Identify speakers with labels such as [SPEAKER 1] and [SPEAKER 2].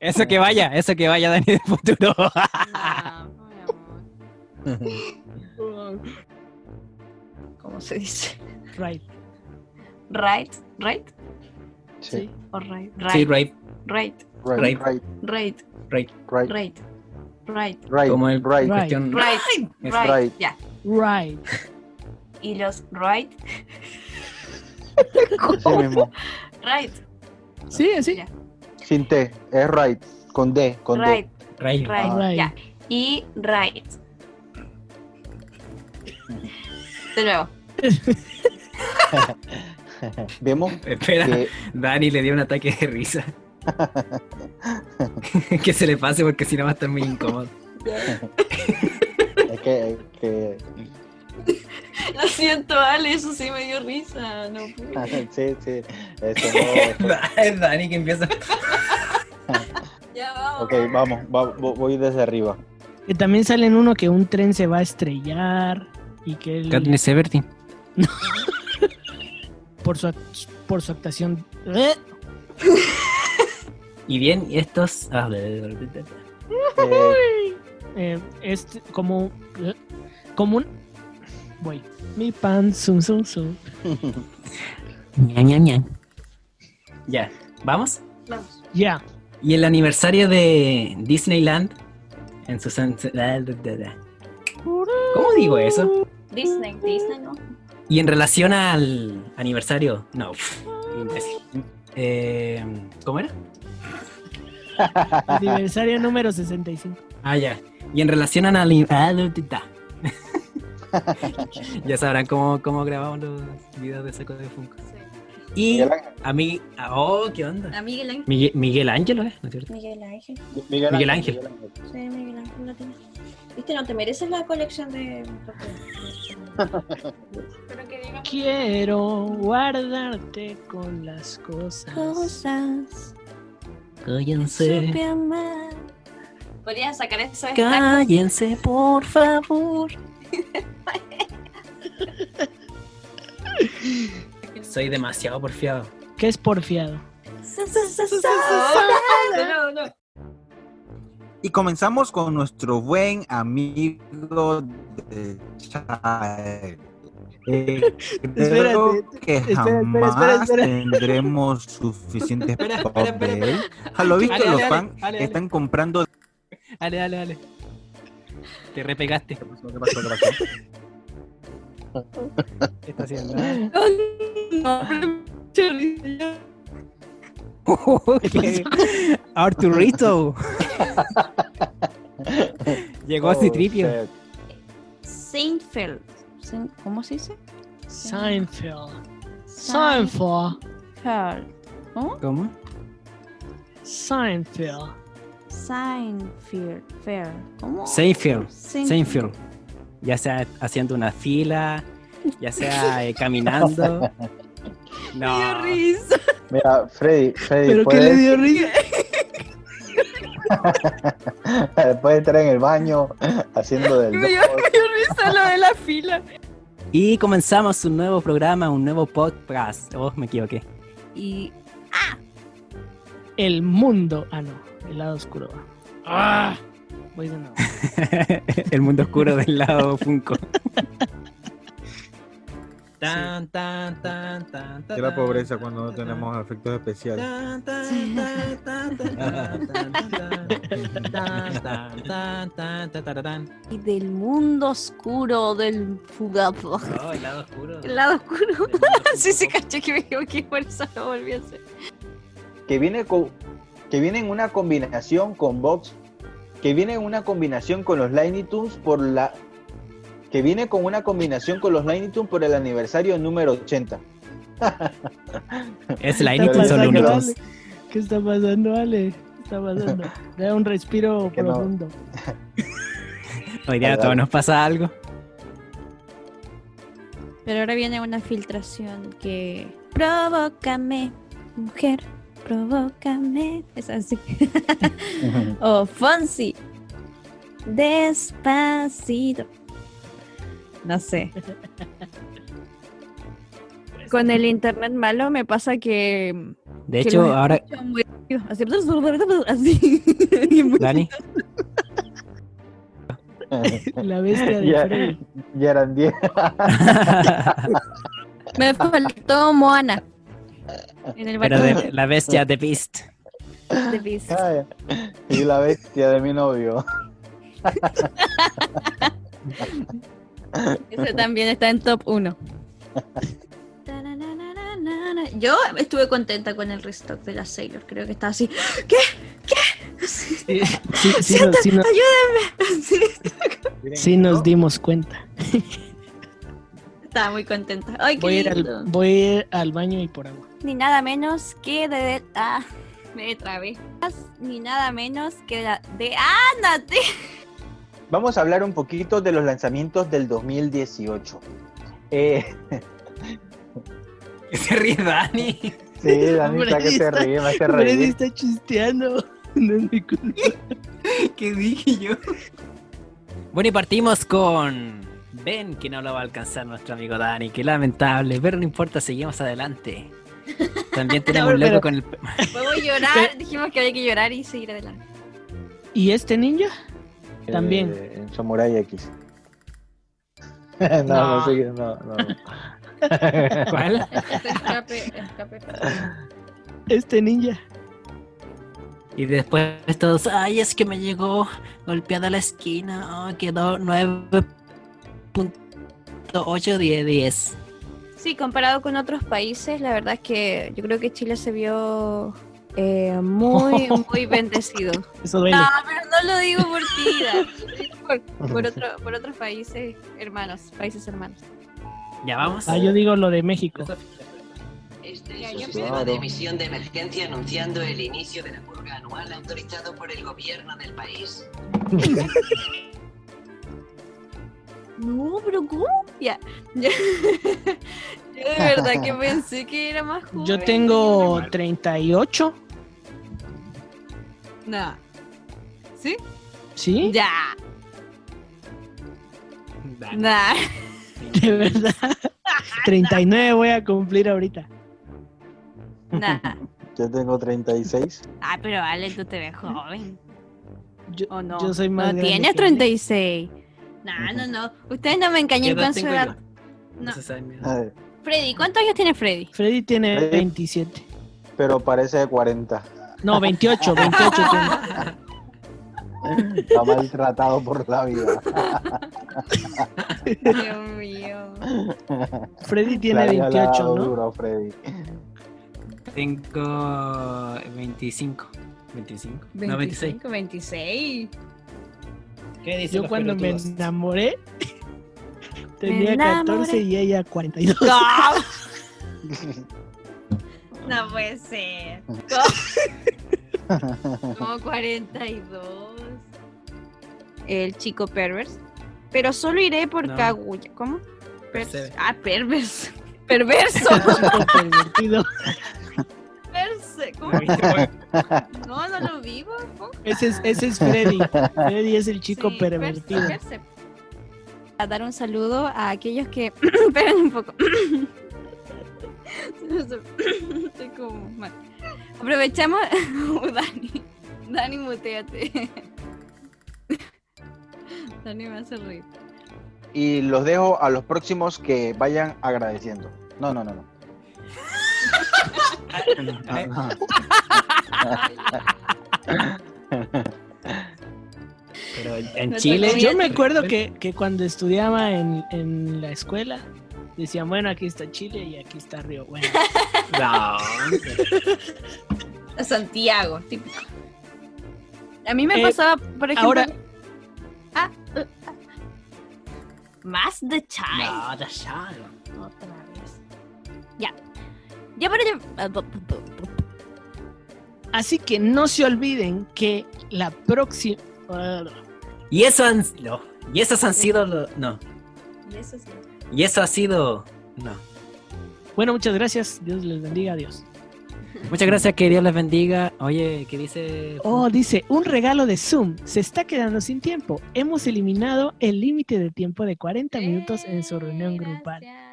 [SPEAKER 1] Eso que vaya, eso que vaya, Dani, de futuro.
[SPEAKER 2] No, mi amor.
[SPEAKER 3] ¿Cómo se dice?
[SPEAKER 4] Right.
[SPEAKER 3] Right, right
[SPEAKER 4] Sí.
[SPEAKER 5] Sí,
[SPEAKER 3] o right,
[SPEAKER 4] Sí,
[SPEAKER 3] right,
[SPEAKER 4] right.
[SPEAKER 3] right,
[SPEAKER 5] right,
[SPEAKER 4] Right.
[SPEAKER 5] right,
[SPEAKER 3] right,
[SPEAKER 4] Right.
[SPEAKER 5] right,
[SPEAKER 3] right, right,
[SPEAKER 5] right,
[SPEAKER 4] Como el
[SPEAKER 5] right,
[SPEAKER 4] right.
[SPEAKER 5] right,
[SPEAKER 4] cuestión.
[SPEAKER 3] right,
[SPEAKER 4] Es
[SPEAKER 3] right,
[SPEAKER 5] right.
[SPEAKER 3] ya.
[SPEAKER 4] Right.
[SPEAKER 3] Y los right,
[SPEAKER 5] así mismo.
[SPEAKER 3] right,
[SPEAKER 4] Sí, sí.
[SPEAKER 3] Ya.
[SPEAKER 5] Sin T, es right, con D, con
[SPEAKER 3] right,
[SPEAKER 5] D.
[SPEAKER 4] Right.
[SPEAKER 3] right,
[SPEAKER 4] Ah.
[SPEAKER 3] ya. Y right. De nuevo.
[SPEAKER 5] Vemos
[SPEAKER 4] Espera,
[SPEAKER 5] que
[SPEAKER 4] Dani le dio un ataque de risa. que se le pase porque si no va a estar muy incómodo.
[SPEAKER 5] es que, que
[SPEAKER 3] Lo siento, Ale, eso sí me dio risa. No pude.
[SPEAKER 5] ah, sí, sí,
[SPEAKER 6] Oh,
[SPEAKER 5] eso no-
[SPEAKER 4] es Dani que empieza.
[SPEAKER 3] Ya vamos.
[SPEAKER 5] Ok, vamos, va- vo- voy desde arriba.
[SPEAKER 7] Que también salen uno que un tren se va a estrellar y que él,
[SPEAKER 1] Katniss Everdeen.
[SPEAKER 7] por su act- por su actuación ¡Eh!
[SPEAKER 4] Y bien, estos. ah,
[SPEAKER 5] Eh,
[SPEAKER 7] Eh, es como eh, como un voy mi pan zum zum zum
[SPEAKER 1] Ña, ña, ña.
[SPEAKER 4] ya, ¿vamos?
[SPEAKER 3] Vamos.
[SPEAKER 7] ya
[SPEAKER 4] Y el aniversario de Disneyland en su sunset- ¿Cómo digo eso?
[SPEAKER 3] Disney, Disney, ¿no?
[SPEAKER 4] Y en relación al aniversario. No, pf, imbécil. Eh, ¿Cómo era?
[SPEAKER 7] aniversario número 65
[SPEAKER 4] Ah, ya. Y en relación a Nali- ah, du- du- da. ya sabrán cómo, cómo grabamos los videos de saco de Funko. Y
[SPEAKER 5] Miguel Ángel.
[SPEAKER 4] a mí. ah, Oh, ¿qué onda?
[SPEAKER 3] A Miguel Ángel.
[SPEAKER 4] Miguel, Miguel Ángel, ¿eh? ¿No es cierto?
[SPEAKER 3] Miguel Ángel.
[SPEAKER 4] Miguel Ángel.
[SPEAKER 5] Miguel Ángel.
[SPEAKER 3] Sí, Miguel Ángel Latino. Viste, no te mereces la colección de. Pero que diga
[SPEAKER 7] quiero guardarte con las cosas
[SPEAKER 3] cosas.
[SPEAKER 4] Cállense.
[SPEAKER 3] Supe amar. Podrías sacar eso de
[SPEAKER 4] Cállense, por favor. Soy demasiado porfiado.
[SPEAKER 7] que es porfiado
[SPEAKER 3] No, no.
[SPEAKER 6] Y comenzamos con nuestro buen amigo de Child. Eh, creo
[SPEAKER 7] Espérate,
[SPEAKER 6] que
[SPEAKER 7] espera, espera,
[SPEAKER 6] jamás
[SPEAKER 7] espera.
[SPEAKER 6] tendremos suficientes
[SPEAKER 4] Espera, espera,
[SPEAKER 6] pop
[SPEAKER 4] espera,
[SPEAKER 6] de él. A lo visto,
[SPEAKER 1] Dale, dale,
[SPEAKER 6] los
[SPEAKER 1] dale,
[SPEAKER 6] fans
[SPEAKER 1] dale, dale.
[SPEAKER 6] están comprando.
[SPEAKER 1] Dale, dale, dale. Te repegaste. ¿Qué está haciendo? Ah. Arturito. Llegó a Citripio.
[SPEAKER 5] Oh, shit.
[SPEAKER 3] Seinfeld. Sein- ¿Cómo se dice?
[SPEAKER 7] Seinfeld Seinfeld
[SPEAKER 3] Seinfeld.
[SPEAKER 4] ¿Cómo?
[SPEAKER 7] Seinfeld
[SPEAKER 3] Seinfeld. Fair. ¿Cómo?
[SPEAKER 1] Seinfeld.
[SPEAKER 3] Sein-
[SPEAKER 1] Seinfeld. Ya sea haciendo una fila, ya sea eh, caminando. No.
[SPEAKER 5] Mira, Freddy, Freddy,
[SPEAKER 7] pero que le
[SPEAKER 5] puedes,
[SPEAKER 7] dio risa
[SPEAKER 5] puedes estar en el baño haciendo del.
[SPEAKER 1] Y comenzamos un nuevo programa, un nuevo podcast. Oh, me equivoqué.
[SPEAKER 3] Y
[SPEAKER 7] el mundo ah no el lado oscuro ah voy de nuevo
[SPEAKER 1] El mundo oscuro del lado Funko.
[SPEAKER 4] Tan, tan, tan, tan, tan.
[SPEAKER 6] Es la pobreza cuando no tenemos efectos especiales.
[SPEAKER 4] Tan, tan, tan, tan, tan, tan, tan, tan, tan, tan, tan, tan, tan, tan, tan.
[SPEAKER 3] y del mundo oscuro del fugado.
[SPEAKER 4] Oh, el lado oscuro.
[SPEAKER 3] El lado oscuro.
[SPEAKER 4] Del mundo
[SPEAKER 3] Sí, sí,
[SPEAKER 4] oscuro.
[SPEAKER 3] caché que me equivoqué, por eso lo volví a hacer.
[SPEAKER 5] que viene con, que viene en una combinación con Vox, que viene en una combinación con los Lightning Tunes por la que viene con una combinación con los Lightning Tunes por el aniversario número 80.
[SPEAKER 1] Es la
[SPEAKER 7] ¿Qué está
[SPEAKER 1] Initun, son
[SPEAKER 7] pasando,
[SPEAKER 1] únicos.
[SPEAKER 7] Ale? ¿Qué está pasando, Ale? ¿Qué está pasando? Da un respiro
[SPEAKER 5] Que no.
[SPEAKER 7] profundo.
[SPEAKER 1] Hoy día a todos nos pasa algo.
[SPEAKER 3] Pero ahora viene una filtración que. Provócame, mujer, provócame. Es así. o Oh, Fonsi. Despacito. No sé. Con el internet malo me pasa que.
[SPEAKER 1] De
[SPEAKER 3] que
[SPEAKER 1] hecho,
[SPEAKER 3] los
[SPEAKER 1] ahora
[SPEAKER 3] escucho muy
[SPEAKER 8] rápido. Así. así. Y muy-
[SPEAKER 1] Dani,
[SPEAKER 7] La bestia de
[SPEAKER 5] Ya.
[SPEAKER 7] Freddy.
[SPEAKER 5] Yarandiel.
[SPEAKER 8] Me faltó Moana. En el
[SPEAKER 1] pero
[SPEAKER 8] barco de,
[SPEAKER 1] de, la bestia de Beast.
[SPEAKER 8] de Beast.
[SPEAKER 5] Ay, Y la bestia de mi novio.
[SPEAKER 8] Ese también está en top 1.
[SPEAKER 3] Tananananana. Yo estuve contenta con el restock de la Sailor. Creo que está así. ¿Qué? ¿Qué? Sí,
[SPEAKER 7] Sí, sí, sí, nos- sí nos-
[SPEAKER 3] sí.
[SPEAKER 7] sí nos dimos cuenta.
[SPEAKER 3] Estaba muy contenta. Ay, qué
[SPEAKER 7] Voy a, ir
[SPEAKER 3] lindo.
[SPEAKER 7] al, voy a ir al baño y por agua.
[SPEAKER 8] Ni nada menos que de. Ah,
[SPEAKER 3] Me trabé.
[SPEAKER 8] ni nada menos que la de. ¡Ándate!
[SPEAKER 5] Vamos a hablar un poquito de los lanzamientos del 2018. Eh,
[SPEAKER 1] Se ríe Dani.
[SPEAKER 5] sí, Danita, que se
[SPEAKER 7] Hombre,
[SPEAKER 5] ríe, me hace
[SPEAKER 7] Freddy
[SPEAKER 5] reír.
[SPEAKER 7] está chisteando. No es mi culpa.
[SPEAKER 1] ¿Qué dije yo? Bueno, y partimos con Ben, que no lo va a alcanzar nuestro amigo Dani. Qué lamentable, pero no importa, seguimos adelante. También tenemos un loco
[SPEAKER 7] pero-
[SPEAKER 1] con el...
[SPEAKER 3] Puedo llorar. Dijimos que había que llorar y seguir adelante.
[SPEAKER 7] ¿Y este ninja? También.
[SPEAKER 5] Eh, en Samurai X. no, no,
[SPEAKER 3] No.
[SPEAKER 5] sé qué- no, no.
[SPEAKER 1] ¿Cuál?
[SPEAKER 3] Escape, escape.
[SPEAKER 7] Este ninja.
[SPEAKER 1] Y después todos, ay, es que me llegó golpeada la esquina, oh, quedó 9.8 de 10.
[SPEAKER 8] Sí, comparado con otros países, la verdad es que yo creo que Chile se vio eh, muy, muy bendecido.
[SPEAKER 7] Eso duele.
[SPEAKER 8] No,
[SPEAKER 3] Ah,
[SPEAKER 8] pero no lo digo por ti, Dani, lo digo por, por otro- por otros países hermanos, países hermanos.
[SPEAKER 1] Ya vamos.
[SPEAKER 7] Ah, yo digo lo de México.
[SPEAKER 9] Este
[SPEAKER 8] Ya,
[SPEAKER 9] es un
[SPEAKER 8] ya
[SPEAKER 9] sistema
[SPEAKER 5] puedo.
[SPEAKER 9] de emisión de emergencia anunciando el inicio de la purga anual autorizado por el gobierno del país.
[SPEAKER 8] No, pero ¿cómo?
[SPEAKER 3] Yo de verdad que pensé que era más joven.
[SPEAKER 7] Yo tengo 38.
[SPEAKER 3] No. ¿Sí?
[SPEAKER 7] ¿Sí?
[SPEAKER 3] Ya.
[SPEAKER 1] Dani.
[SPEAKER 3] Nah.
[SPEAKER 7] De verdad. 39 voy a cumplir ahorita.
[SPEAKER 8] Nada.
[SPEAKER 5] Yo tengo 36.
[SPEAKER 8] Ah, pero Ale, tú te ves joven.
[SPEAKER 7] Yo,
[SPEAKER 8] ¿O Oh, no?
[SPEAKER 7] yo soy más
[SPEAKER 8] No
[SPEAKER 7] grande
[SPEAKER 8] tienes
[SPEAKER 7] que
[SPEAKER 8] 36. No, no, no. Ustedes no me
[SPEAKER 1] ¿Qué
[SPEAKER 8] engañen
[SPEAKER 1] edad
[SPEAKER 8] con su
[SPEAKER 1] tengo yo?
[SPEAKER 8] edad. No.
[SPEAKER 1] se sabe mi edad.
[SPEAKER 5] A ver,
[SPEAKER 8] Freddy, ¿cuántos años tiene Freddy?
[SPEAKER 7] él. Freddy tiene
[SPEAKER 5] Freddy.
[SPEAKER 7] 27.
[SPEAKER 5] Pero parece de 40.
[SPEAKER 7] No, 28, 28 tiene.
[SPEAKER 5] Está maltratado por la vida.
[SPEAKER 3] Dios mío.
[SPEAKER 7] Freddy
[SPEAKER 5] La
[SPEAKER 7] tiene
[SPEAKER 5] vida le ha
[SPEAKER 7] 28,
[SPEAKER 5] dado
[SPEAKER 7] ¿no?
[SPEAKER 5] duro, Freddy.
[SPEAKER 7] Ah.
[SPEAKER 1] Tengo 25. 25. No, 26.
[SPEAKER 3] 25, 26.
[SPEAKER 1] ¿Qué dice
[SPEAKER 7] Yo cuando me enamoré
[SPEAKER 8] Me
[SPEAKER 7] tenía
[SPEAKER 8] enamoré.
[SPEAKER 7] 14 y ella 42.
[SPEAKER 3] No puede ser. Como 42.
[SPEAKER 8] El chico perverse. Pero solo iré por
[SPEAKER 1] No.
[SPEAKER 8] Kaguya. ¿Cómo? Pers-
[SPEAKER 1] Percebe.
[SPEAKER 8] ah, perverso. Perverso.
[SPEAKER 7] Chico pervertido.
[SPEAKER 3] Perse- ¿Cómo? Ah, No, no lo vivo.
[SPEAKER 7] Ese es, ese es Freddy. Freddy es el chico
[SPEAKER 3] Sí, perse-
[SPEAKER 7] pervertido.
[SPEAKER 3] perse-
[SPEAKER 8] a dar un saludo a aquellos que. Esperen un poco. Estoy como mal. Aprovechamos. Uh, Dani. Dani, muteate. Dani me hace reír.
[SPEAKER 5] Y los dejo a los próximos que vayan agradeciendo. No, no, no, no.
[SPEAKER 1] Ah, Pero en
[SPEAKER 3] No
[SPEAKER 1] Chile.
[SPEAKER 3] tengo
[SPEAKER 7] Yo me acuerdo que, que cuando estudiaba en, en la escuela decían, bueno, aquí está Chile y aquí está Río. Bueno,
[SPEAKER 1] No.
[SPEAKER 3] A Santiago. típico.
[SPEAKER 8] A mí me
[SPEAKER 7] Eh,
[SPEAKER 8] pasaba, por ejemplo.
[SPEAKER 7] ahora-
[SPEAKER 8] Ah, uh, ah. Más the child.
[SPEAKER 1] No, the Shadow.
[SPEAKER 8] Otra vez. Ya. Ya para ya.
[SPEAKER 7] así que no se olviden que la próxima...
[SPEAKER 1] Y eso han. no. Y esos han sido. lo- No.
[SPEAKER 3] Y eso sí.
[SPEAKER 1] Y eso ha sido. No.
[SPEAKER 7] Bueno, muchas gracias. Dios les bendiga. Adiós.
[SPEAKER 1] Muchas gracias, que Dios les bendiga. Oye, ¿qué dice?
[SPEAKER 7] Oh, dice, un regalo de Zoom. Se está quedando sin tiempo. Hemos eliminado el límite de tiempo de 40 minutos en su reunión grupal.
[SPEAKER 3] Gracias.